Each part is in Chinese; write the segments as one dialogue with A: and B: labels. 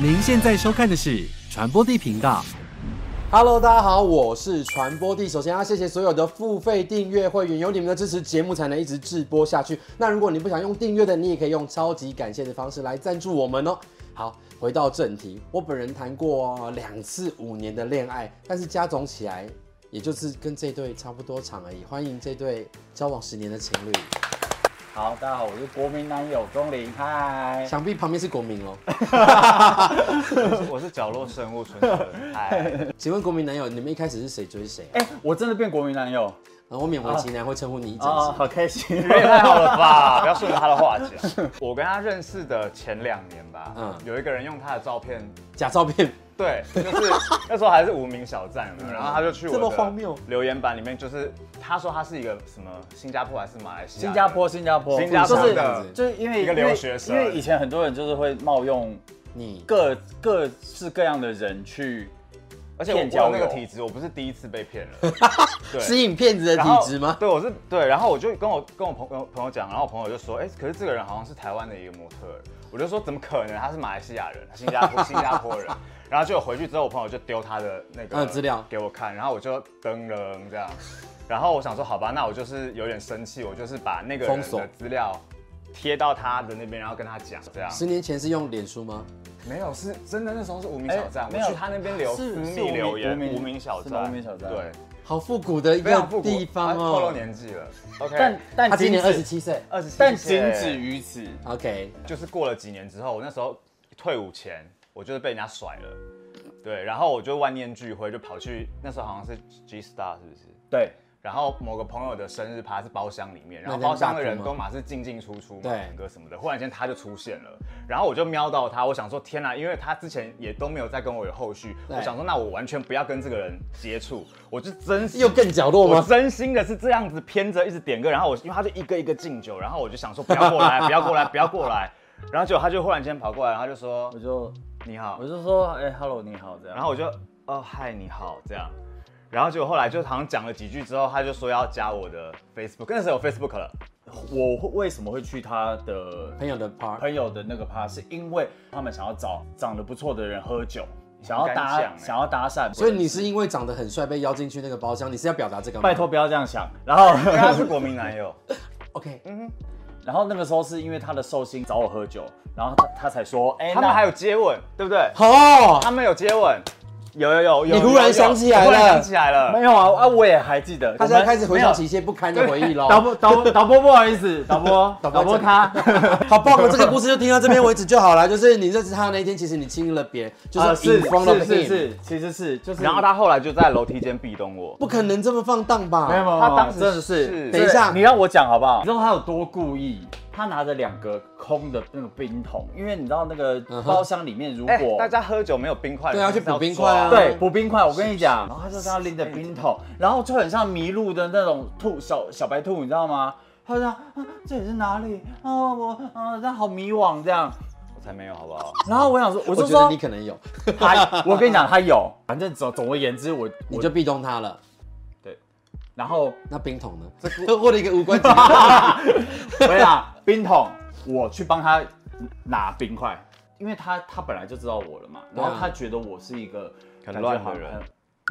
A: 您现在收看的是传播地频道。
B: Hello，大家好，我是传播帝。首先要谢谢所有的付费订阅会员，有你们的支持，节目才能一直直播下去。那如果你不想用订阅的，你也可以用超级感谢的方式来赞助我们哦。好，回到正题，我本人谈过两次五年的恋爱，但是加总起来，也就是跟这对差不多长而已。欢迎这对交往十年的情侣，
C: 好，大家好，我是国民男友钟林，嗨，
B: 想必旁边是国民喽。
D: 我是角落生物村的，哎，
B: 请问国民男友，你们一开始是谁追谁？
C: 哎、我真的变国民男友，
B: 然后我勉为其难会称呼你一整集
C: 哦，。好开心，
D: 你们也太好了吧！不要顺着他的话讲。我跟他认识的前两年吧，
B: 嗯
D: 嗯，有一个人用他的照片，
B: 假照片，
D: 对，就是那时候还是无名小站，
C: 嗯
D: 有没有然后他就去我
B: 这么荒谬
D: 的留言板里面，就是他说他是一个什么新加坡还是马来西亚人，
C: 新加坡，新加坡，
D: 新加坡
C: 就是
D: 的
C: 就是因为
D: 一个留学生
C: 因为因为以前很多人就是会冒用
B: 你
C: 各各式各样的人去，
D: 而且我我
C: 骗交
D: 有那个
C: 友
D: 体质，我不是第一次被骗 了，对
B: 吸引骗子的
D: 然
B: 体
D: 后
B: 质吗？
D: 对，我是对，然后我就跟我跟我朋友朋友讲，然后我朋友就说，哎、可是这个人好像是台湾的一个模特儿，我就说怎么可能？他是马来西亚人，他新加 坡新加坡人。然后就回去之后，我朋友就丢他的那个
B: 嗯资料
D: 给我看，然后我就噔噔这样，然后我想说好吧，那我就是有点生气，我就是把那个人
B: 封锁
D: 的资料贴到他的那边，然后跟他讲这样。
B: 十年前是用脸书吗？
D: 没有，是真的那时候是无名小站，
C: 哎
D: 我
C: 没有
D: 去他那边留
B: 是
D: 私
C: 是无
D: 密
C: 名
D: 留言
C: 无，名
D: 无名小
C: 是
D: 站，
C: 无名小站
D: 对，
B: 好复古的一
D: 非
B: 个
D: 常复古
B: 地
D: 哎
B: 方
D: 透露
B: 哦。
D: 年纪了，OK，
C: 但但
B: 他今年
C: 仅
B: 二
C: 止
B: 十，七岁
D: 二十七，
C: 但仅止于此。
B: ，OK，
D: 就是过了几年之后，我那时候退伍前，我就是被人家甩了，对，然后我就万念俱灰，就跑去那时候好像是 G Star 是不是？
C: 对，
D: 然后某个朋友的生日趴是包厢里面，然后
B: 那
D: 包厢的
B: 人大哭
D: 人
B: 吗
D: 都马是进进出出嘛，
B: 对
D: 唱歌什么的。忽然间他就出现了，然后我就瞄到他，我想说天哪，因为他之前也都没有再跟我有后续，
B: 对
D: 我想说那我完全不要跟这个人接触，我就真心
B: 又更角落
D: 我
B: 吗？
D: 真心的是这样子偏着一直点歌，然后我因为他就一个一个敬酒，然后我就想说不要过来，不要过来，不要过来，然后结果他就忽然间跑过来，然后他就说
C: 我就
D: 你好
C: 我，就说，哎、h e l l o 你好，这样。
D: 然后我就哦嗨你好这样，然后结果后来就哦好像讲了几句之后，他就说要加我的 Facebook，那时候有 Facebook 了，
C: 我会为什么会去他的
B: 朋友的 part，
C: 朋友的那个趴，是因为他们想要找长得不错的人喝酒，想要搭、
D: 很敢讲欸
C: 想要搭讪，
B: 所以你是因为长得很帅被邀进去那个包厢，你是要表达这个吗？
C: 拜托不要这样想。然后
D: 因为 他是国民男友，
B: ，OK，
C: 然后那个时候是因为他的寿星找我喝酒，然后他他才说，哎、
D: 他们
C: 那
D: 还有接吻，对不对？
B: 好哦，
D: 他们有接吻，有有有有，
B: 你忽然
D: 有有
B: 想起来了
D: 我忽然想起来了
C: 没，有啊？啊，我也还记得。
B: 他现在
C: 我们
B: 开始回想起一些不堪的回忆
C: 没有
B: 喽。
C: 导播导播导播不好意思，导播
B: 导播
C: 导播他
B: 好棒哦！这个故事就听到这边为止就好了。就是你认识他的那一天，其实你亲了别人， 就
C: 啊
B: 是 in front of
C: 是是
B: him，
C: 是，其实是就是。
D: 然后他后来就在楼梯间壁咚我，
B: 不可能这么放荡
C: 没有
B: 吧？
C: 没有，
D: 他当时
C: 真的是
D: 是
B: 等一下
C: 你让我讲好不好？你知道他有多故意？他拿着两个空的那个冰桶，因为你知道那个
B: 嗯哼
C: 包厢里面如
D: 哎、
C: 果
D: 大家喝酒没有冰块，
B: 对啊
D: 你是不是
B: 去补
D: 要哦
B: 冰块啊
D: 抓
C: 对，补冰块，我跟你讲，然后他就是要拎着冰桶，然后就很像迷路的那种兔小小白兔，你知道吗？他就这样，啊，这里是哪里？啊，我啊，他好迷惘这样。
D: 我才没有好不好？
C: 然后我想说，我
B: 我
C: 就
B: 觉得
C: 说
B: 你可能有，
C: 他，我跟你讲，他有，反正总总而言之，我
B: 你
C: 我
B: 就壁咚他了。
C: 然后
B: 那冰桶呢？这 获得一个无关紧要。
C: 对啦，啊冰桶，我去帮他拿冰块，因为他他本来就知道我了嘛，然后
B: 对啊
C: 他觉得我是一个
D: 嗯
C: 感
D: 很
C: 觉
D: 乱的
C: 好像
D: 人
C: 很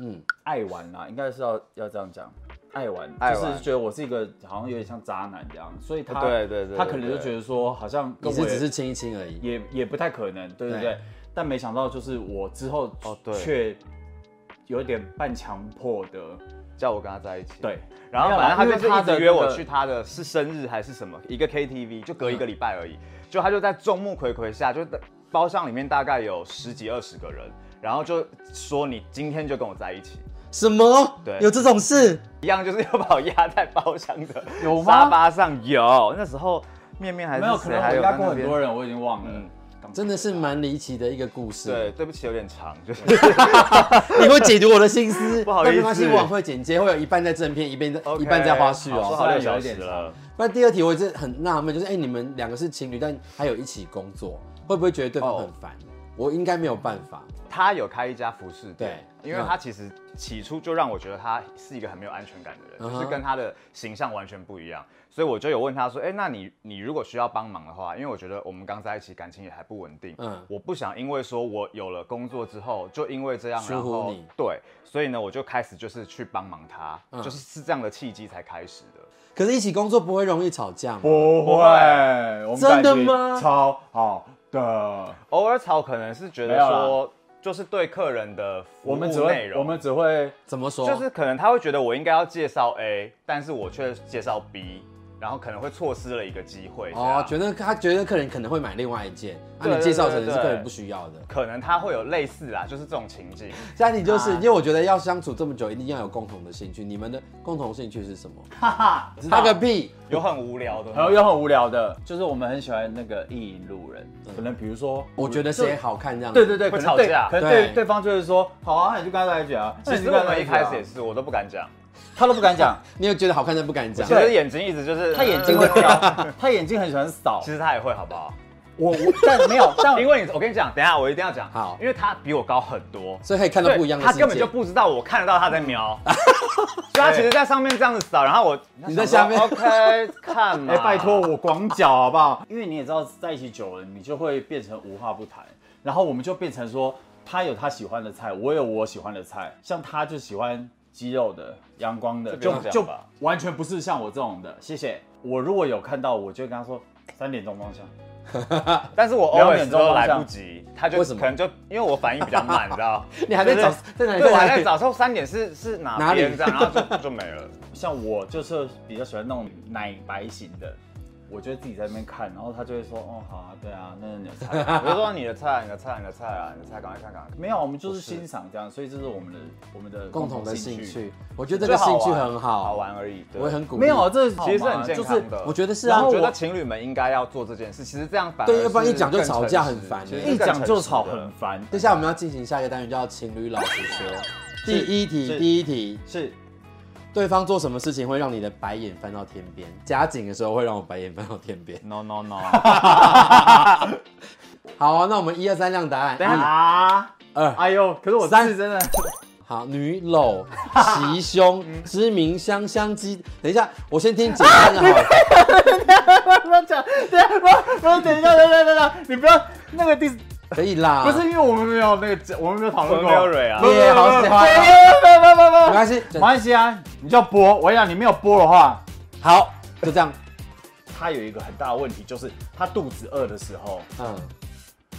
B: 嗯，
C: 爱玩啊啦、应该是要要这样讲，爱玩，
D: 爱
C: 就
D: 玩
C: 是觉得我是一个好像有点像渣男这样，所以他
D: 对对对
C: 他可能就
D: 对
C: 觉得说好像
B: 你
C: 跟
B: 是
C: 我
B: 只
C: 也
B: 是亲一亲而已。
C: 也也不太可能，对对
B: 对
C: 对，但没想到就是我之后
D: 哦对
C: 却有点半强迫的，
D: 叫我跟他在一起。，
C: 对，
D: 然后反正他
C: 没
D: 就
C: 有啦因为
D: 是
C: 他
D: 一
C: 的
D: 直约
C: 那
D: 我
C: 个
D: 去他的是生日还是什么一个 KTV，就隔一个礼拜而已。就他就在众目睽睽下，就包厢里面大概有十几二十个人，然后就说你今天就跟我在一起，
B: 什么？
D: 对
B: 有这种事？
D: 一样就是要把我压在包厢的
C: 有吗
D: 沙发上。有那时候面面还是
C: 没有可
D: 谁
C: 能
D: 还
C: 我
D: 有
C: 压
D: 在
C: 过
D: 那
C: 很
D: 边
C: 多人，我已经忘了，
D: 嗯
B: 真的是蛮离奇的一个故事。
D: 对，，对不起，有点长， 就是
B: 你会解读我的心思，
D: 不好
B: 但
D: 意
B: 没
D: 思
B: 关系，我会剪接，会有一半在正片，一半在
D: OK，
B: 一半在花絮
D: 好说
B: 哦。
D: 好
C: 虽然
D: 六小
C: 有一点
D: 时了，
B: 那第二题我是很纳闷，就是哎、你们两个是情侣，但还有一起工作，会不会觉得对方
D: 哦
B: 很烦？我应该没有办法。
D: 他有开一家服饰店
B: 对。嗯
D: 因为他其实起初就让我觉得他是一个很没有安全感的人，
B: 嗯哼
D: 就是跟他的形象完全不一样。所以我就有问他说：“哎、那你你如果需要帮忙的话，因为我觉得我们刚在一起，感情也还不稳定，
B: 嗯
D: 我不想因为说我有了工作之后，就因为这样，
B: 疏
D: 然
B: 忽
D: 后
B: 你
D: 对，所以呢，我就开始就是去帮忙他，
B: 嗯
D: 就是是这样的契机才开始的。
B: 可是，一起工作不会容易吵架吗？
C: 不会，我们
B: 真的
C: 感情
B: 吗
C: 超好的，
D: 偶尔吵可能是觉
C: 没
D: 得
C: 有啦
D: 说，就是对客人的服
C: 我
D: 务
C: 们只
D: 内
C: 会
D: 容，
C: 我们只会
B: 怎么说？
D: 就是可能他会觉得我应该要介绍 A，但是我却介绍 B，然后可能会错失了一个机会。
B: 哦，
D: 这
B: 觉
D: 样
B: 得他觉得客人可能会买另外一件，啊，
D: 对
B: 你介绍成
D: 对
B: 是
D: 对
B: 客人不需要的。
D: 可能他会有类似啦，就是这种情境。
B: 家里
D: 啊
B: 就是，因为我觉得要相处这么久，一定要有共同的兴趣。你们的共同兴趣是什么？
C: 哈哈，知
B: 他个屁！
D: 有很无聊的吗，
C: 还有又很无聊的，就是我们很喜欢那个意淫路人，嗯可能比如说，
B: 我觉得谁好看这样？
C: 对，对对，
D: 会
C: 可能
D: 吵
C: 对
D: 架
C: 可能
B: 对
C: 对对方就会说，好啊，那你就跟他在一起啊。
D: 其实我们一开始也，是，我都不敢讲，
C: 他都不敢讲，
B: 你有觉得好看但不敢讲
D: 其？实眼睛一直就是
C: 他眼睛 会跳，他眼睛很喜欢扫
D: 其。实他也会，好不好？
C: 我我但没有，但
D: 因为你，我跟你讲，等一下我一定要讲，
B: 好
D: 因为他比我高很多，
B: 所以可以看到不一样的
D: 他
B: 世界。
D: 根本就不知道我看得到他在瞄，所以他其实在上面这样子扫，然后我
B: 你在下面
D: 想说 OK 看嘛，
C: 哎、拜托我广角好不好？因为你也知道，在一起久了，你就会变成无话不谈，然后我们就变成说，他有他喜欢的菜，我有我喜欢的菜，像他就喜欢肌肉的、阳光的，
D: 这不用
C: 就
D: 讲
C: 就
D: 吧
C: 完全不是像我这种的。谢谢。我如果有看到，我就会跟他说三点钟方向。
D: 但是我
C: 两
D: always
C: 点钟
D: 都
C: 方
D: 来
C: 向
D: 不及，他就
B: 为什么
D: 可能就因为我反应比较慢，你 知道？
B: 你还在
D: 就是
B: 找在哪里
D: 对，我
B: 在哪
D: 还
B: 里
D: 在找，说三点是是哪
B: 哪里
D: 边这样，然后就就没 了。
C: 像我就是比较喜欢那种奶白型的，我就会自己在那边看，然后他就会说，哦，好啊，对啊，那那有 菜。
D: 我就说你的菜，你的菜，你的菜啊，你的菜，赶快看，赶快看。
C: 没有，我们就是欣赏这样，所以这是我们的我们的
B: 共同的兴
C: 趣。
B: 趣，我觉得这个兴趣很好，
D: 好玩而已。对
B: 我也很鼓励。
C: 没有，，这
D: 其实是很健
C: 就
D: 康
C: 是
D: 的。
B: 我觉得是
D: 然
B: 啊
D: 后。我觉
B: 我
D: 得情侣们应该要做这件事，其实这样反而
C: 啊
B: 对要不然
D: 是
B: 一讲就
D: 更
B: 吵架
D: 诚
B: 很
D: 实
B: 烦
D: 其实
B: 欸
D: 是
C: 一
D: 更
C: 讲就
D: 诚实
C: 吵
D: 的
C: 很烦。
B: 接下来我们要进行下一个单元，叫情侣老实说。第一题，
C: 是
B: 第一题，
C: 是
B: 对方做什么事情会让你的白眼翻到天边？夹紧的时候会让我白眼翻到天边。
D: No no no，
B: 好啊，那我们一二三亮答案。
D: 等一下
C: 啊，
B: 一二，
C: 哎呦，可是我
B: 三
C: 是真的，
B: 好，女搂、袭胸、知名香香鸡。等一下，我先听简单的 好了。
C: 不要讲，等一下，不不，等一下，等一下，等一下，你不要那个第，
B: 可以啦，
C: 不是因为我们没有那个，我们没有讨论
D: 我
C: 过，
D: 没有蕊啊
C: 不，是
B: 耶好喜欢
C: 不不不不
B: 没
C: 不不
B: 关系，
C: 不，马来西亚，啊你就播，我跟你讲，你没有播的话，
B: 好，就这样。
C: 他有一个很大的问题，就是他肚子饿的时候，
B: 嗯，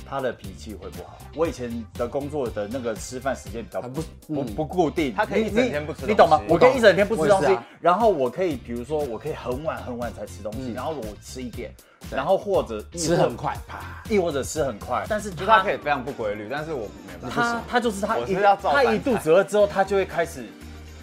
C: 他的脾气会不好。我以前的工作的那个吃饭时间比较
B: 还不
C: 不
B: 嗯
C: 不不固定，
D: 他可以
C: 你
D: 一整天不吃
C: 你你懂吗
D: 东？西
C: 我可以一整天不
B: 我
C: 吃
B: 也是
C: 东
B: 啊
C: 西，然后我可以比如说我可以很晚很晚才吃东西，然后我吃一点，然后或者
B: 吃很，快，啪。
C: 亦或者吃很快，但是
D: 就
C: 就是
D: 他
C: 他
D: 可以非常不规律，但是我没办法，
C: 他他就是他
D: 我
C: 一
D: 是要照
C: 他
D: 搬
C: 一肚子饿之后，他就会开始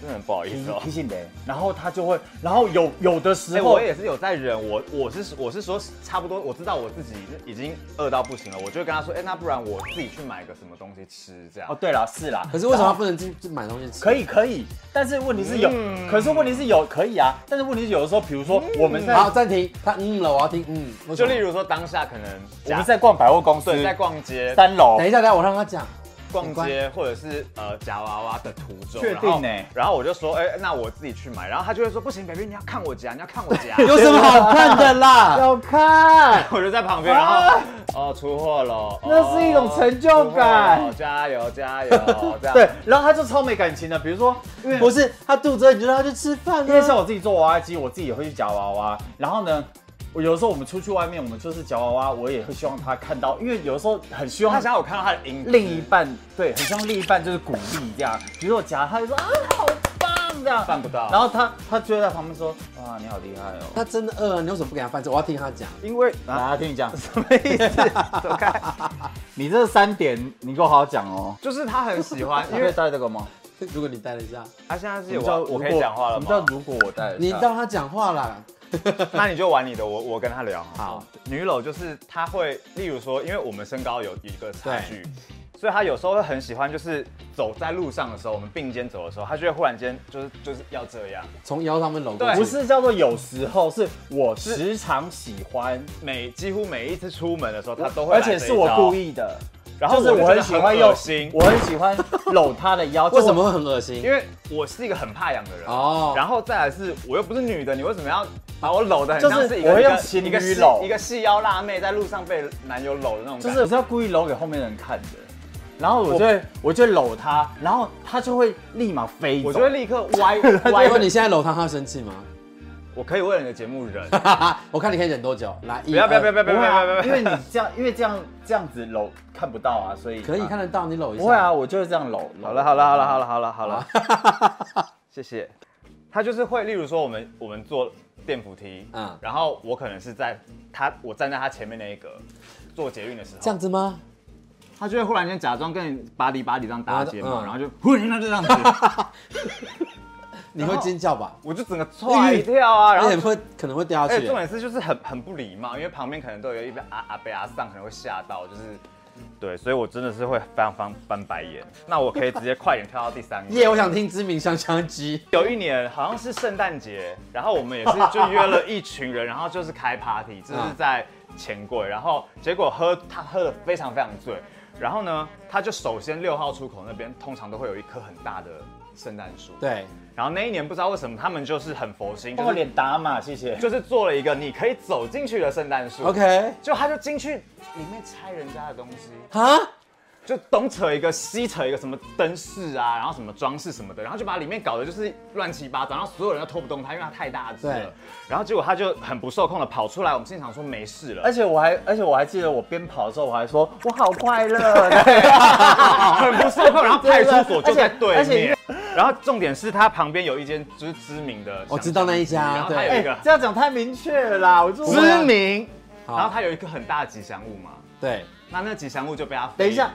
D: 真的很不好意
C: 提
D: 思哦
C: 提。醒人，然后他就会，然嗯后有有的时
D: 哎，
C: 候
D: 我也是有在忍，我我是我是说差不多，我知道我自己已经饿到不行了，我就会跟他说，哎，那不然我自己去买个什么东西吃这样
C: 哦。对了是啦，
B: 可是为什么不能进去买东西吃？
C: 可以可以，但是问题是有，可是问题是有可以啊，但是问题是有的时候，比如说我们在、
B: 好，暂停。他嗯了，我要听嗯。为什
D: 就
B: 么
D: 例如说当下可能
C: 我
D: 假
C: 们在逛百货公司，
D: 对在逛街
C: 三楼
B: 等，一下，等一下，我让他讲。
D: 逛街或者是呃夹娃娃的途中，
C: 确
D: 然后
C: 定欸
D: 然后我就说，哎、那我自己去买，然后他就会说，不行，baby，你要看我夹，你要看我夹。
B: 有什么好看的啦？
C: 要看，
D: 我就在旁边，然后、哦出货了，哦
C: 啊那是一种成就感
D: 出货了加油加油，这样
C: 对，然后他就超没感情的，比如说因为
B: 不是他肚子饿，你就让他去吃饭
C: 因为像
B: 啊。
C: 我自己做娃娃机，我自己也会去夹娃娃。然后呢，我有的时候我们出去外面，我们就是夹娃娃，我也会希望他看到，因为有的时候很希
D: 他
C: 望
D: 想要我看到他的影子
C: 另一半，对，很希望另一半就是鼓励这样。比如说我夹，他就说啊好棒这样，
D: 办不到，
C: 然后他他就会在旁边说哇你好厉害哦。
B: 他真的饿，你为什么不给他饭吃？我要听他讲。
D: 因为
C: 来，
D: 啊
C: 他听你讲，
D: 什么意思？走开，
C: 你这三点你给我好好讲哦。
D: 就是他很喜欢，
C: 你
D: 因
C: 会
D: 为
C: 带这个吗？
B: 如果你待了一下，
D: 他现在是
C: 什
D: 有
C: 么叫
D: 我
C: 如
D: 可以
C: 果
D: 讲话了
C: 什么叫
D: 吗？
C: 如果我带得
B: 你
C: 上
B: 让他讲话啦。
D: 那你就玩你的，我我跟他聊。
B: 好，
D: 女楼就是她会，例如说，因为我们身高有一个差距，所以她有时候会很喜欢，就是走在路上的时候，我们并肩走的时候，她就会忽然间就是就是要这样，
B: 从腰上面搂过
D: 对
B: 去。
C: 不是叫做有时候，是我时常喜欢，
D: 每几乎每一次出门的时候，她都会，
C: 而且是我故，意的。
D: 然后
C: 就是
D: 我
C: 我很喜欢用
D: 心，，
C: 我很喜欢搂她的 腰。
B: 为什么会很恶心？
D: 因为我是一个很怕痒的人
B: 哦
D: 然后再来是我又不是女的，你为什么要把我搂的很
C: 就是
D: 像是一个
C: 我会用
D: 一个
C: 情侣
D: 一个细
C: 搂
D: 一个细腰辣妹在路上被男友搂的那种感
C: 就
D: 觉？
C: 是我是要故意搂给后面的人看的。然后我就会，我就会搂她，然后她就会立马飞走。
D: 我就会立刻 歪
B: 因
D: 歪
B: 为你现在搂他，他会生气吗？
D: 我可以为了你的节目忍，
B: 哈哈，我看你可以忍多久？来，不
D: 不要不要不要不要不
C: 不会
D: 要不要
C: 啊，
D: 不
C: 因
D: 要！
C: 为你这样，因为这样这样子搂看不到啊，所以
B: 可以看得到，你搂一下。
C: 不会啊，我就是这样搂。
D: 好 了好了好了好了好了好了，谢谢。他就是会，例如说我们我们坐电扶梯，
B: 嗯
D: 嗯，然后我可能是在他我站在他前面那一格坐捷运的时候，
B: 这样子吗？
D: 他就会忽然间假装跟你巴黎巴黎这样搭肩
B: 嗯
D: 嘛，然后就 忽然间他就 这样子，
B: 你会尖叫吧？
D: 我就整个吓一跳啊，
B: 而
D: 然后
B: 且会可能会掉
D: 而
B: 下
D: 且
B: 去
D: 重。点是就是很很不礼貌，因为旁边可能都有一边阿阿伯阿丧，可能会吓到，就是嗯对，所以我真的是会翻翻翻白眼。那我可以直接快点跳到第三 个。
B: 耶，我想听知名香香鸡。
D: 有一年好像是圣诞节，然后我们也是就约了一群人，然后就是开 party，就是
B: 嗯
D: 在钱柜，然后结果喝他喝的非常非常醉，然后呢，他就首先六号出口那边通常都会有一棵很大的圣诞树，
B: 对，
D: 然后那一年不知道为什么他们就是很佛心，
C: 帮
D: 就
C: 我
D: 是
C: 脸打码，谢谢。
D: 就是做了一个你可以走进去的圣诞树
B: OK。
D: 就他就进去里面拆人家的东西，
B: 哈，
D: 就东扯一个西扯一个什么灯饰啊，然后什么装饰什么的，然后就把里面搞得就是乱七八糟，然后所有人都拖不动他，因为他太大只
B: 对
D: 了。然后结果他就很不受控的跑出来，我们现场说没事了
C: 而。且我还，而且我还记得我边跑的时候，我还说我好快乐，
D: 很不受控，然后派出所就在对
C: 而且
D: 面。然后重点是他旁边有一间就是知名的，
B: 我哦知道那一家
D: 然后他有
B: 对哎
D: 一个
C: 哎这样讲太明确了啦，我就
D: 知名，
B: 好
D: 然后他有一个很大的吉祥物嘛，
B: 对，
D: 那那吉祥物就被他
C: 等一下，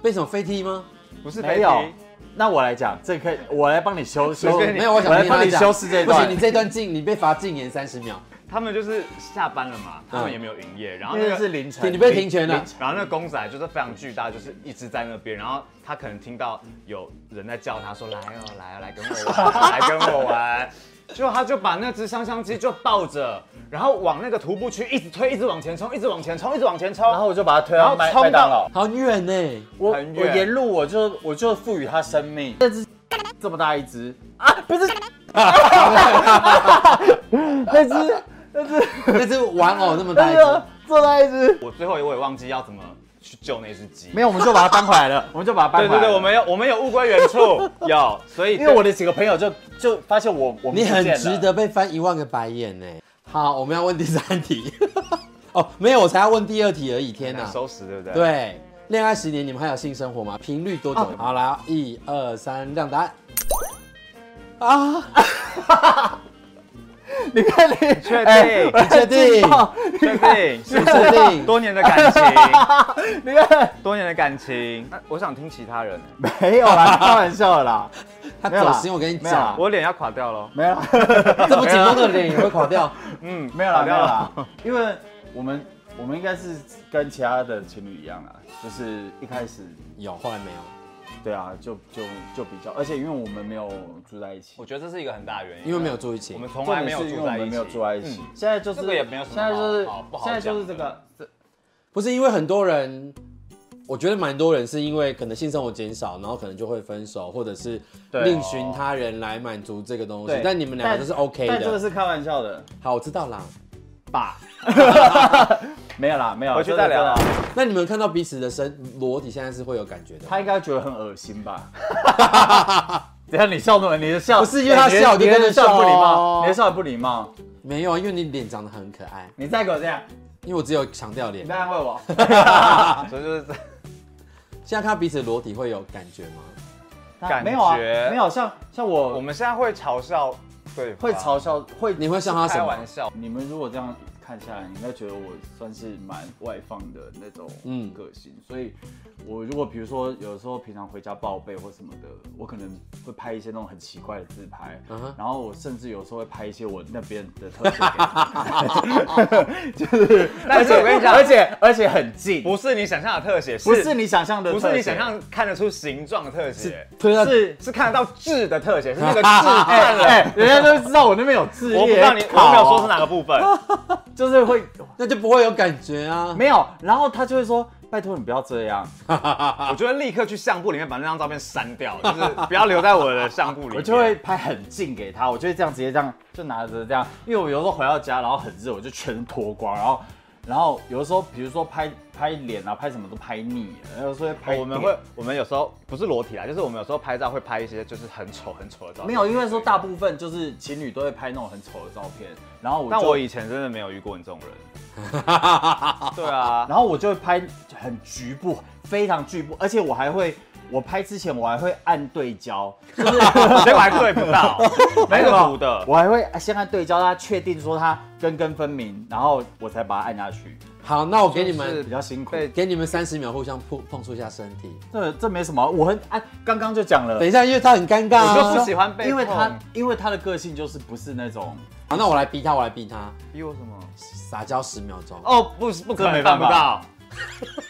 B: 为什么飞踢吗？
D: 不是
C: 没
D: 没
C: 有
D: 有。
C: 那我来讲，这可以，我来帮你 修修。
D: 便
B: 哦没有，我想
C: 来
B: 听他
C: 帮你
B: 讲
C: 修饰这一
B: 不
C: 段
B: 行，你。这段禁，你被罚禁言三十秒。
D: 他们就是下班了嘛，他
B: 嗯
D: 们也没有营业，然后
C: 因
D: 那
C: 为
D: 个
C: 是凌晨，
B: 你你被停权了
C: 凌晨
D: 然后那个公仔就是非常巨大，就是一直在那边。然后他可能听到有人在叫他说：“来哦，来哦，来跟我玩，来跟我玩。”就他就把那只香香鸡就抱着，然后往那个徒步区一直推，一直往前冲，一直往前冲，一直往前
C: 然后
D: 冲。
C: 我就把它推
D: 然
C: 到
D: 后
C: 麦
D: 冲
C: 麦当
D: 到
C: 劳。
B: 好远 呢，
C: 我
D: 很
C: 我
D: 远
C: 沿路我就我就赋予它生命。这只 这么大一只啊，不 是， 那只那只
B: 那只玩偶那么大
C: 那
B: 一
C: 只
B: 只，
C: 这么大一只，
D: 我最后我也忘记要怎么去救那只鸡。
C: 没有，我们就把它搬回来了，我们就把它搬
D: 对
C: 回来
D: 对
C: 了。
D: 对，我们有我们有物归原处，有，所以
C: 因为我的几个朋友就就发现我我们
B: 你
C: 不
B: 很
C: 见了
B: 值。得被翻一万个白眼呢。好，我们要问第三题。 哦，没有，我才要问第二题而已。天
D: 很
C: 哎
B: 哪
D: 难，收拾，对不对？。
B: 对，恋爱十年，你们还有性生活吗？频率多久？
C: 哦
B: 好，来，一二三，亮答案。啊，
C: 你看你
D: 确
C: 哎
D: 定
B: 你确定？
D: 确定，是不
B: 确
D: 是
B: 定
D: 多年的感情，
C: 你看
D: 多年的感情。那我想听其他人，欸
C: 没有啦，开玩笑的啦，
B: 他
C: 没有啦
B: 走心，我跟你
C: 没有
B: 讲
C: 啦，
D: 我脸要垮掉了。
C: 没有啦，
B: 这么紧绷的脸也会垮掉。
D: 嗯，
C: 没有啦，
D: 垮
C: 没
D: 掉
C: 有
D: 了。
C: 啦，因为我们我们应该是跟其他的情侣一样啦，啊就是一开始
B: 有，后来没有，
C: 对啊，就就就比较，而且因为我们没有住在一起
D: 我，觉得这是一个很大的原因，啊
B: 因为没有住一起
D: 我。们从来没有
C: 重点是因为
D: 住
C: 我
D: 在一
C: 们没
D: 起，
C: 有住在一起
D: 嗯，
C: 现在就是
D: 这个也没有什么
C: 现在就是
D: 好不好
C: 现在就是这
D: 讲
C: 个这
B: 不是因为很多人，我觉得蛮多人是因为可能性生活减少，然后可能就会分手，或者是
C: 对
B: 另寻他人来满足这个东西
C: 对。
B: 但你们两个都是 OK
C: 但这个
B: 的。
C: 是开玩笑的
B: 好，我知道啦。
C: 吧？没有啦，没有，
D: 回去再聊啊
C: 真的。真的
B: 那你们看到彼此的身裸体，现在是会有感觉的吗。
C: 他应该觉得很恶心 吧？等一下你笑什么？你的笑哎
B: 不是因为他
C: 你的
B: 笑我就
C: 你的
B: 跟着
C: 笑，
B: 笑
C: 不礼
B: 哦
C: 貌，你的笑很不礼貌。
B: 没有啊，因为你脸长得很可爱，
C: 你再给我这样，
B: 因为我只有强调脸
C: 你。再安慰 我。
D: 所以就是
B: 现在看到彼此裸体会有感觉吗？
D: 感觉
C: 没有啊，没有像像我，
D: 我
C: 我们
D: 们现在会嘲笑对方，
C: 会嘲笑，会
B: 你会像他什
D: 开
B: 么
D: 玩？笑，
C: 你们如果这样看下来，你应该觉得我算是蛮外放的那种
B: 嗯
C: 个性，所以我如果比如说有时候平常回家报备或什么的，我可能会拍一些那种很奇怪的自拍
B: 嗯哼
C: 然后我甚至有时候会拍一些我那边的特写给 你看，就是
D: 但是我跟你讲
C: 而且而且很近，
D: 不是你想象的特写，
C: 不是你想象的特
D: 不
C: 写，
D: 是你想象看得出形状的特写，
B: 推到
C: 是。
D: 是看得到痣的特写，是那个痣看
C: 哎、
D: 了。
C: 人家都知道我那边有字，
D: 我不知道你，我没有 说是哪个部分，
C: 就是会
B: 那就不会有感觉啊。
C: 没有，然后他就会说：“拜托你不要这样，
D: 我就会立刻去相簿里面把那张照片删掉，就是不要留在我的相簿里面。
C: 我就会拍很近给他，我就会这样直接这样就拿着这样，因为我有时候回到家，然后很热，我就全脱光，然后然后有的时候比如说拍拍脸啊，拍什么都拍腻了，然后有时候会拍
D: 我
C: 点
D: 们会，我们有时候不是裸体啊，就是我们有时候拍照会拍一些就是很丑很丑的照片。
C: 没有，因为说大部分就是情侣都会拍那种很丑的照片，然后我
D: 但
C: 就
D: 我以前真的没有遇过你这 种人。对啊，
C: 然后我就会拍很局部，非常局部，而且我还会。我拍之前我还会按对焦， 就是
D: 结果还对不 到，没有图的。
C: 我还会先按对焦，让他确定说他根根分明，然后我才把它按下去，
B: 好，那我给你
C: 就是
B: 们
C: 比较辛苦。
D: 被
B: 给你们三十秒，互相碰碰触一下身体。
C: 这这没什么，我很啊，刚刚就讲了
B: 等，一下，因为他很尴尬、
D: 我就
B: 啊
D: 不。喜欢被
C: 因为他
D: 碰
C: 因为他的个性就是不是那种
B: 好，那我来逼他，我来逼他，
D: 逼我什么？
B: 撒娇十秒钟，
D: 哦，不不可
C: 这没
D: 能
C: 办
D: 办不
C: 法
D: 到，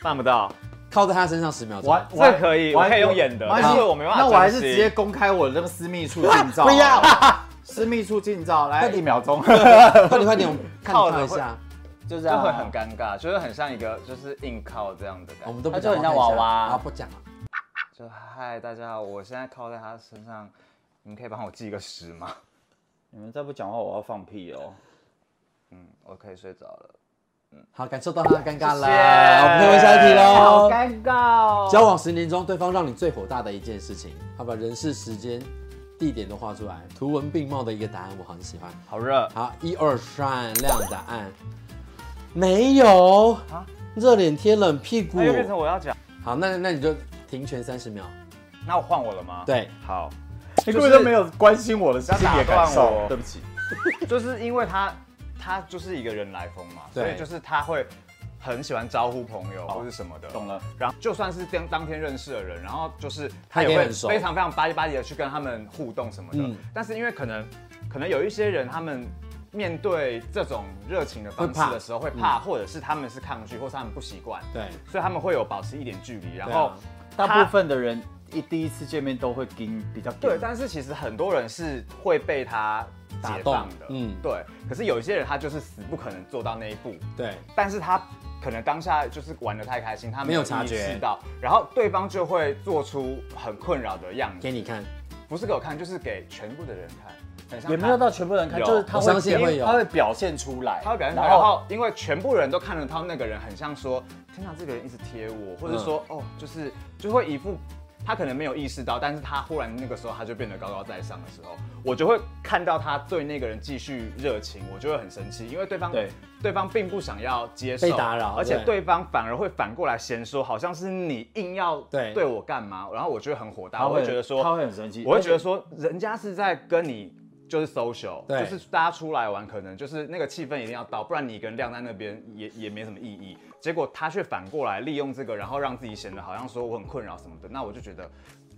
D: 办不到。
B: 靠在他身上十秒钟。
C: 我
D: 这可以
C: 还
D: 我可以用演的
C: 还
D: 但是我没办法
C: 那我还是
D: 真心
C: 直接公开我的那个私 密处近照，啊
B: 不要，
C: 私密处近照，来一秒钟，
B: 快点快点，我们看
D: 靠着
B: 他一下，
C: 就这
D: 这
C: 样啊，
D: 会很尴尬，就是很像一个就是硬靠这样的感
B: 我们
D: 觉。
B: 都不
C: 他就很像娃娃
B: 啊，不讲了。
D: 就嗨，大家好，我现在靠在他身上，你们可以帮我记个时吗？
C: 你们再不讲话，我要放屁哦！
D: 嗯，我可以睡着了。
B: 好，感受到他的尴尬了，
D: 谢谢
B: 我们跳回下一题喽。
C: 尴尬哦
B: 交往十年中，对方让你最火大的一件事情，好把人事、时间、地点都画出来，图文并茂的一个答案，我很喜欢。
D: 好热，
B: 好，一二三，亮答案，没有
D: 啊
B: 热脸贴冷屁股
D: 那。哎又变成我要讲，
B: 好，那那你就停权三十秒。
D: 那我换我了吗？，
B: 对，
D: 好，
C: 你根本就没有关心我的心理
D: 不要打
C: 感
D: 断
C: 受
D: 我，
C: 对不起。
D: 就是因为他他就是一个人来疯嘛，所
B: 对哦
D: 以就是他会很喜欢招呼朋友或是什么的，
C: 懂了。
D: 然后就算是当当天认识的人，然后就是
B: 他
D: 他
B: 也
D: 也会
B: 很熟
D: 非常非常巴唧巴唧的去跟他们互动什么的，
B: 嗯
D: 但是因为可能可能有一些人他们。面对这种热情的方
B: 会怕嗯
D: 式的时候会怕，或者是他们是抗拒，或是他们不习惯，
B: 对，
D: 所以他们会有保持一点距离。然
B: 对啊
D: 后
C: 大部分的人一第一次见面都会跟比较
B: 啊
D: 对，
C: 跟
D: 但是其实很多人是会被他
B: 打
D: 解
B: 动
D: 放的，
B: 嗯
D: 嗯，对。可是有一些人他就是死不可能做到那一步，
B: 对，
D: 但是他可能当下就是玩的太开心，他
B: 没有
D: 意
B: 察觉
D: 识到，然后对方就会做出很困扰的样
B: 给
D: 子，
B: 你看，
D: 不是给我看，就是给全部的人看，很像
C: 也没
D: 他
C: 有到全部人看，
D: 有
C: 就是他
B: 我
C: 会
B: 相信会有
C: 他会表现出来，
D: 他会表现出来，然后因为全部人都看得到那个人，很像说，天哪，这个人一直贴我，或者说、哦，就是就会一副他可能没有意识到，但是他忽然那个时候他就变得高高在上的时候，我就会看到他对那个人继续热情，我就会很生气，因为对方
C: 对
D: 对方并不想要接受
B: 被打扰
D: 而且
B: 对
D: 对方反而会反过来嫌说，好像是你硬要
B: 对
D: 对我干嘛，然后我就会很火大，
C: 他
D: 我
C: 会
D: 会觉得说
C: 他会很生气，
D: 我会觉得说，人家是在跟你就是 social，
B: 对
D: 就是大家出来玩，可能就是那个气氛一定要到，不然你一个人晾在那边也也没什么意义。结果他却反过来利用这个，然后让自己显得好像说我很困扰什么的，那我就觉得，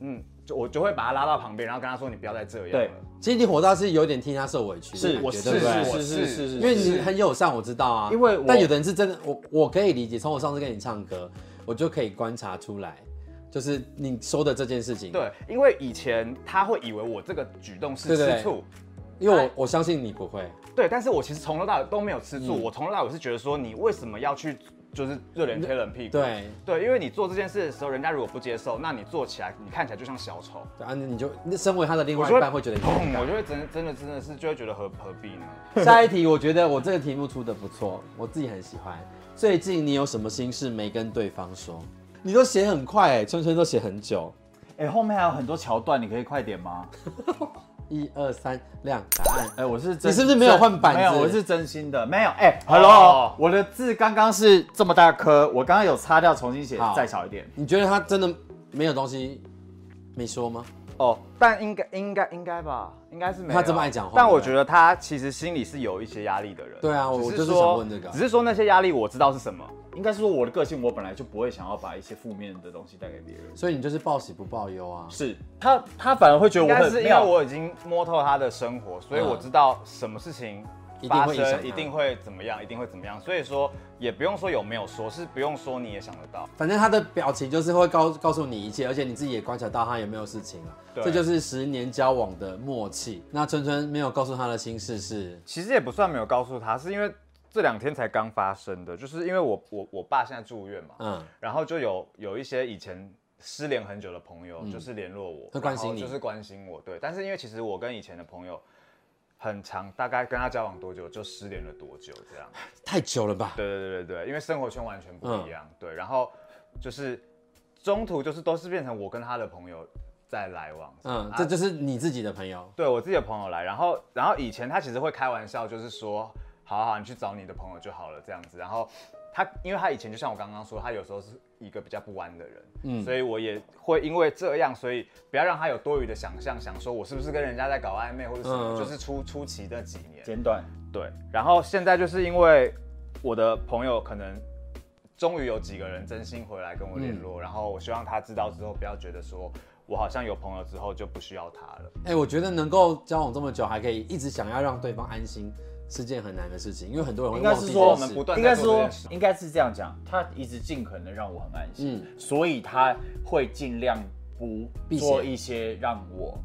D: 嗯，就我就会把他拉到旁边，然后跟他说你不要再这样
C: 对
D: 了。
B: 其实你火大是有点替他受委屈的
C: 是
B: 感觉，
C: 我
B: 对不
C: 是
B: 对
C: 是
D: 我
C: 是是
D: 是
C: 是是，
B: 因为你很友善，我知道啊。
C: 因为我
B: 但有的人是真的，我我可以理解。从我上次跟你唱歌，我就可以观察出来，就是你说的这件事情。，
D: 对，因为以前他会以为我这个举动是
B: 对对
D: 吃醋，
B: 因为我我相信你不会。
D: 对，但是我其实从头到尾都没有吃醋，我从头到尾是觉得说你为什么要去就是热脸贴冷屁股？
B: 对，
D: 对，因为你做这件事的时候，人家如果不接受，那你做起来，你看起来就像小丑。
B: 对啊，那你就那身为他的另
D: 我
B: 外
D: 就
B: 一
D: 会
B: 半会觉得你
D: 砰，我就会真真的真的是就会觉得何何必呢？
B: 下一题，我觉得我这个题目出的不错，我自己很喜欢。最近你有什么心事没跟对方说？你都写很快哎、春春都写很久。
C: 哎、后面还有很多桥段，你可以快点吗？
B: 一二三，亮答案
C: 哎、。我是真
B: 你是不是没有换板子
C: 没有，我是真心的，没有。哎、h e l l o
D: 哦
C: 我的字刚刚是这么大颗，我刚刚有擦掉，重新写
B: 好，
C: 再小一点。
B: 你觉得他真的没有东西没说吗？
D: 哦，但应该应该应该吧，应该是没有
B: 他这么爱讲话
D: 但我
B: 对不对
D: 觉得他其实心里是有一些压力的人。
B: 对啊我
D: 只
B: 我就是
D: 说
B: 想问这个
D: 只是说那些压力我知道是什么。
C: 应该是说我的个性，我本来就不会想要把一些负面的东西带给别人。
B: 所以你就是报喜不报忧啊。
C: 是他，他反而会觉得
D: 应
C: 我
D: 该
C: 很
D: 是因
C: 没
D: 为
C: 有
D: 我已经摸透他的生活，所以我知道什么事情
B: 嗯一定
D: 发
B: 会影响他
D: 生一定会怎么样，一定会怎么样。所以说也不用说有没有说，是不用说你也想得到。
B: 反正他的表情就是会告告诉你一切，而且你自己也观察到他有没有事情了、啊
D: 对
B: 这就是十年交往的默契。那春春没有告诉他的心事是，
D: 其实也不算没有告诉他，是因为这两天才刚发生的，就是因为我我我爸现在住院嘛，
B: 嗯，
D: 然后就有有一些以前失联很久的朋友，就是联络我，
B: 嗯会关心
D: 然后
B: 你
D: 就是关心我，对。但是因为其实我跟以前的朋友很长，大概跟他交往多久就失联了多久这样。
B: 太久了吧？
D: 对对对对对，因为生活圈完全不一样，
B: 嗯
D: 对。然后就是中途就是都是变成我跟他的朋友在来往，
B: 嗯
D: 啊，
B: 这就是你自己的朋友，
D: 对我自己的朋友来，然后然后以前他其实会开玩笑，就是说，好好啊好，你去找你的朋友就好了这样子。然后他，因为他以前就像我刚刚说，他有时候是一个比较不弯的人，嗯，所以我也会因为这样，所以不要让他有多余的想象，想说我是不是跟人家在搞暧昧或者什么，
B: 嗯嗯
D: 就是初初期的几年，
C: 简短，
D: 对。然后现在就是因为我的朋友可能。终于有几个人真心回来跟我
B: 嗯
D: 联络，然后我希望他知道之后不要觉得说我好像有朋友之后就不需要他了。
B: 哎、我觉得能够交往这么久，还可以一直想要让对方安心，是件很难的事情，因为很多人会
C: 应该
B: 忘
C: 是
B: 记这
C: 说
B: 件
D: 我
B: 事。
D: 们不断
C: 应
D: 在
C: 该
D: 做这
C: 说
D: 件事。
C: 应该是这样讲，他一直尽可能让我很安心，
B: 嗯
C: 所以他会尽量不
B: 避
C: 做
B: 嫌
C: 一些让我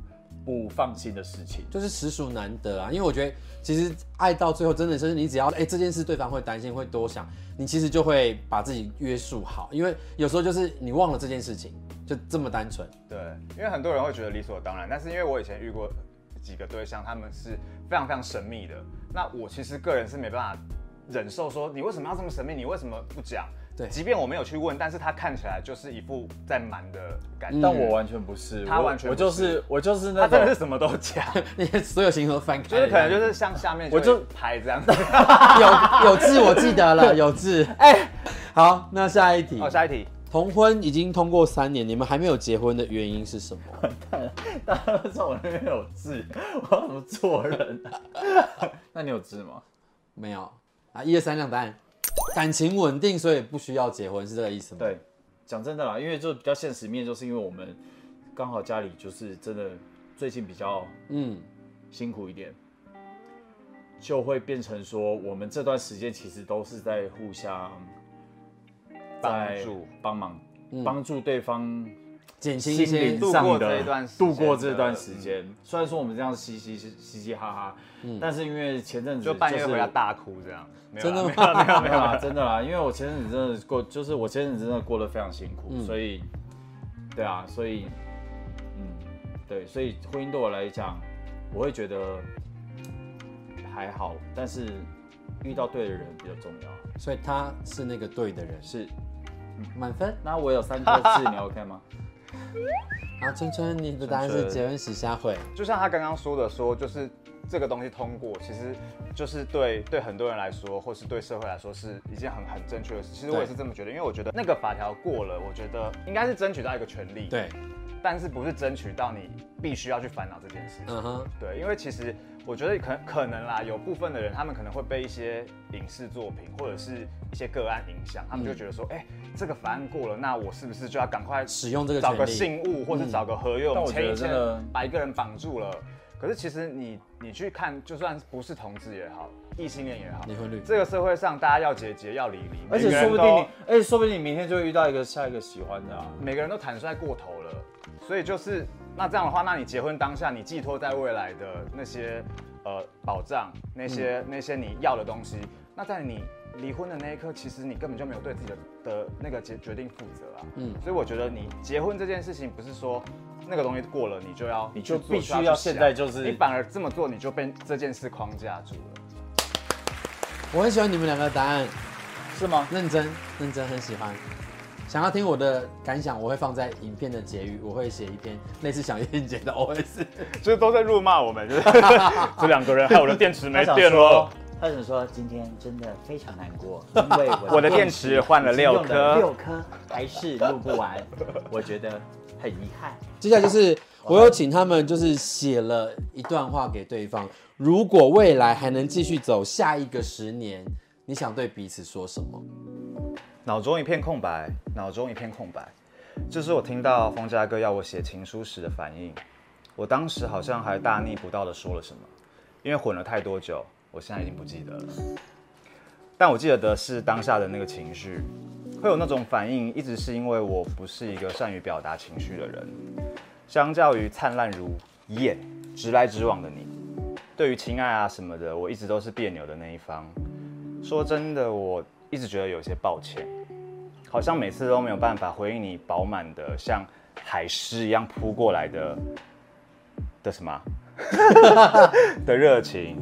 C: 不放心的事情。
B: 就是实属难得啊，因为我觉得其实爱到最后，真的是你只要哎、这件事对方会担心，会多想，你其实就会把自己约束好，因为有时候就是你忘了这件事情，就这么单纯。
D: 对，因为很多人会觉得理所当然，但是因为我以前遇过几个对象，他们是非常非常神秘的。那我其实个人是没办法忍受说你为什么要这么神秘，你为什么不讲？
B: 对
D: 即便我没有去问，但是他看起来就是一副在瞒的感
B: 嗯
D: 觉。
C: 但我完全不是，
D: 他
C: 我
D: 完全
C: 我
D: 不
C: 就是我就是那
D: 他真的
C: 种
D: 是什么都讲，
B: 你的所有行头翻开，
D: 就是可能就是像下面
C: 我就
D: 就拍这样子。
B: 有有字我记得 了，有字。 哎、好，那下一题，
D: 好，下一题，
B: 同婚已经通过三年，你们还没有结婚的原因是什么？
C: 大家都知道我那边有痣， 我要怎么做人啊、 那你有痣吗？
B: 没有啊，一二三亮答案，感情稳定，所以不需要结婚，是这个意思吗？
C: 对，讲真的啦，因为就比较现实面，就是因为我们刚好家里就是真的最近比较
B: 嗯，
C: 辛苦一点，就会变成说我们这段时间其实都是在互相
D: 帮
C: 在
D: 助嗯
C: 帮忙帮助对方
B: 减轻一
C: 心
B: 些
C: 灵
D: 度
C: 上
D: 过
C: 的
D: 这一段时间
C: 度过这
D: 的
C: 段时间。虽然说我们这样嘻嘻嘻嘻嘻哈哈，但是因为前阵子
D: 嗯就半夜
C: 是
D: 回家大哭这样。没有
B: 真
D: 啦
B: 的吗
D: 没有啦没有啦
C: 没有啦，真的啦，因为我前阵子真的过，就是我前阵子真的过得非常辛苦，
D: 嗯
C: 所以，对啊，所以，嗯，对，所以婚姻对我来讲，我会觉得还好，但是遇到对的人比较重要。
B: 所以他是那个对的人，
C: 是，
B: 满分。
C: 那我有三颗痣，你 OK 吗？
B: 好，春春，你的答案是
D: 春春
B: 结婚时瞎会。
D: 就像他刚刚说的说就是这个东西通过，其实就是对对很多人来说，或是对社会来说，是一件很很正确的事。其实我也是这么觉得，因为我觉得那个法条过了，我觉得应该是争取到一个权利，，
B: 对，
D: 但是不是争取到你必须要去烦恼这件事情。
B: 嗯哼，
D: 对，因为其实我觉得可可能啦，有部分的人他们可能会被一些影视作品或者是一些个案影响，他们
B: 嗯
D: 就觉得说，哎、这个法案过了，那我是不是就要赶快
B: 使用这个
D: 找
B: 权
D: 个
B: 利。
D: 信物
C: 嗯
D: 或者找个合约，我
C: 但
D: 们
C: 我觉
D: 签
C: 得
D: 一
C: 真
D: 签
C: 的，
D: 把一个人绑住了。可是其实你你去看，就算不是同志也好，异性恋也好，
B: 离婚率
D: 这个社会上大家要结节要离离，
C: 嗯而且
D: 每个
C: 说
D: 人
C: 不定你
D: 都，
C: 而且说不定你明天就会遇到一个下一个喜欢的啊。
D: 每个人都坦率过头了，所以就是那这样的话，那你结婚当下你寄托在未来的那些呃保障，那些、
C: 嗯
D: 那些你要的东西，那在你离婚的那一刻，其实你根本就没有对自己的的那个决决定负责啊。嗯，所以我觉得你结婚这件事情不是说。那个东西过了，你就要
C: 你就
D: 去做
C: 必须
D: 去
C: 要
D: 想
C: 现在就是
D: 你反而这么做，你就被这件事框架住了。
B: 我很喜欢你们两个的答案，
C: 是吗？
B: 认真，认真，很喜欢。想要听我的感想，我会放在影片的结语，我会写一篇类似小燕姐的 OS。
D: 就是都在辱骂我们，就是 这两个人害我的电池
C: 他
D: 没
C: 想
D: 电
C: 说
D: 了。，
C: 他想说今天真的非常难过，因为
D: 我的电池换了
C: 已经用
D: 六颗
C: 呃六颗还是录不完，我觉得很遗憾。
B: 接下来就是我有请他们，就是写了一段话给对方。如果未来还能继续走下一个十年，你想对彼此说什么？
D: 脑中一片空白，脑中一片空白。这是我听到方家哥要我写情书时的反应。我当时好像还大逆不道的说了什么，因为混了太多酒，我现在已经不记得了。但我记得的是当下的那个情绪，会有那种反应，一直是因为我不是一个善于表达情绪的人。相较于灿烂如燕、直来直往的你，对于情爱啊什么的，我一直都是别扭的那一方。说真的，我一直觉得有些抱歉，好像每次都没有办法回应你饱满的像海狮一样扑过来的的什么啊 的热情。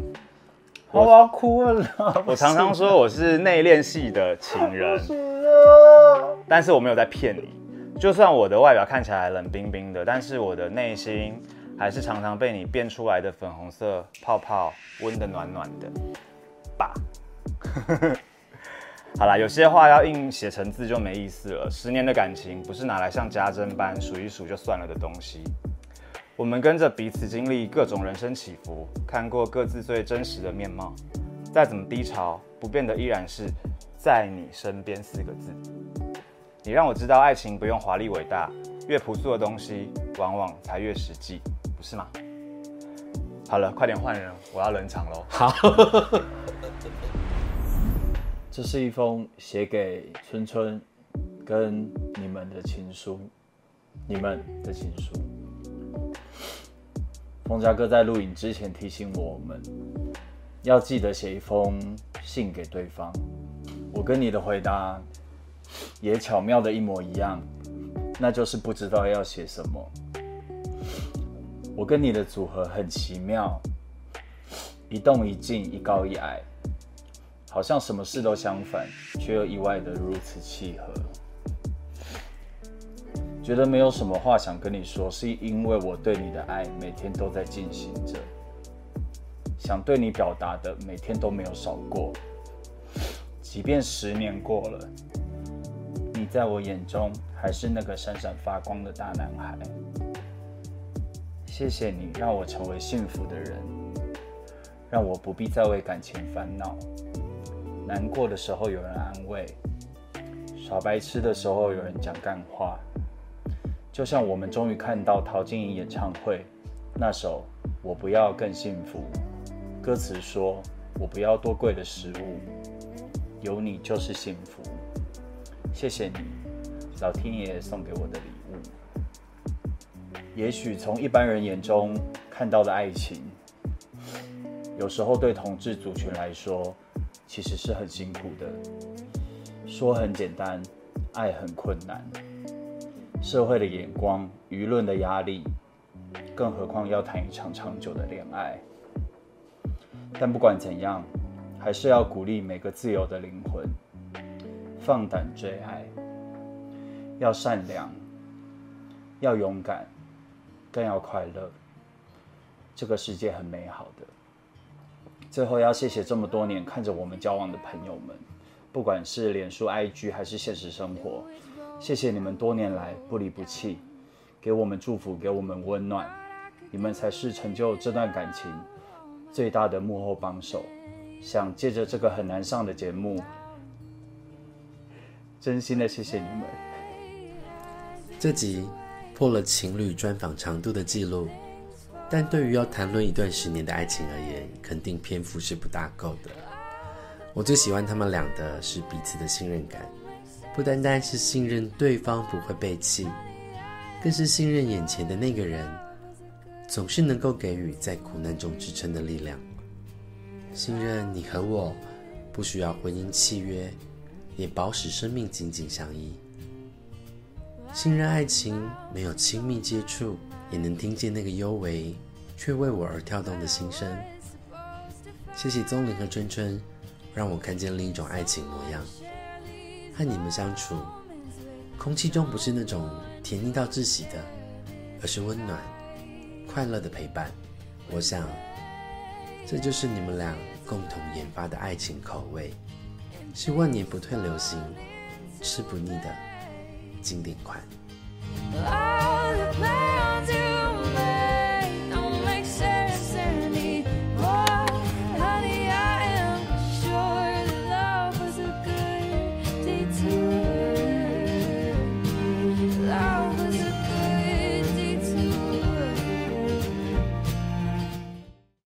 C: 我要哭了，
D: 我常常说我是内敛系的情人，但是我没有在骗你。就算我的外表看起来冷冰冰的，但是我的内心还是常常被你变出来的粉红色泡泡温的暖暖的吧。 好啦，有些话要硬写成字就没意思了。十年的感情不是拿来像家珍般数一数就算了的东西，我们跟着彼此经历各种人生起伏，看过各自最真实的面貌。再怎么低潮，不变的依然是“在你身边”四个字。你让我知道，爱情不用华丽伟大，越朴素的东西往往才越实际，不是吗？好了，快点换人，我要冷场喽。
C: 这是一封写给春春跟你们的情书，你们的情书。风家哥在录影之前提醒我们，要记得写一封信给对方。我跟你的回答也巧妙的一模一样，那就是不知道要写什么。我跟你的组合很奇妙，一动一静，一高一矮。好像什么事都相反，却又意外的如此契合。觉得没有什么话想跟你说，是因为我对你的爱每天都在进行着，想对你表达的每天都没有少过。即便十年过了，你在我眼中还是那个闪闪发光的大男孩。谢谢你让我成为幸福的人，让我不必再为感情烦恼。难过的时候有人安慰，耍白痴的时候有人讲干话。就像我们终于看到陶晶莹演唱会那首《我不要更幸福》，歌词说：“我不要多贵的食物，有你就是幸福。”谢谢你，老天爷送给我的礼物。也许从一般人眼中看到的爱情，有时候对同志族群来说，其实是很辛苦的。说很简单，爱很困难。社会的眼光、舆论的压力，更何况要谈一场长久的恋爱。但不管怎样，还是要鼓励每个自由的灵魂，放胆追爱，要善良，要勇敢，更要快乐。这个世界很美好的。最后要谢谢这么多年看着我们交往的朋友们，不管是脸书、IG 还是现实生活，谢谢你们多年来不离不弃，给我们祝福，给我们温暖，你们才是成就这段感情最大的幕后帮手。想借着这个很难上的节目，真心的谢谢你们。
B: 这集破了情侣专访长度的记录，但对于要谈论一段十年的爱情而言，肯定篇幅是不大够的。我最喜欢他们俩的是彼此的信任感，不单单是信任对方不会背弃，更是信任眼前的那个人，总是能够给予在苦难中支撑的力量。信任你和我，不需要婚姻契约，也保使生命紧紧相依。信任爱情没有亲密接触，也能听见那个幽微却为我而跳动的心声。谢谢宗林和春春，让我看见另一种爱情模样。和你们相处，空气中不是那种甜腻到窒息的，而是温暖、快乐的陪伴。我想，这就是你们俩共同研发的爱情口味，是万年不退流行、吃不腻的经典款。
E: All the plans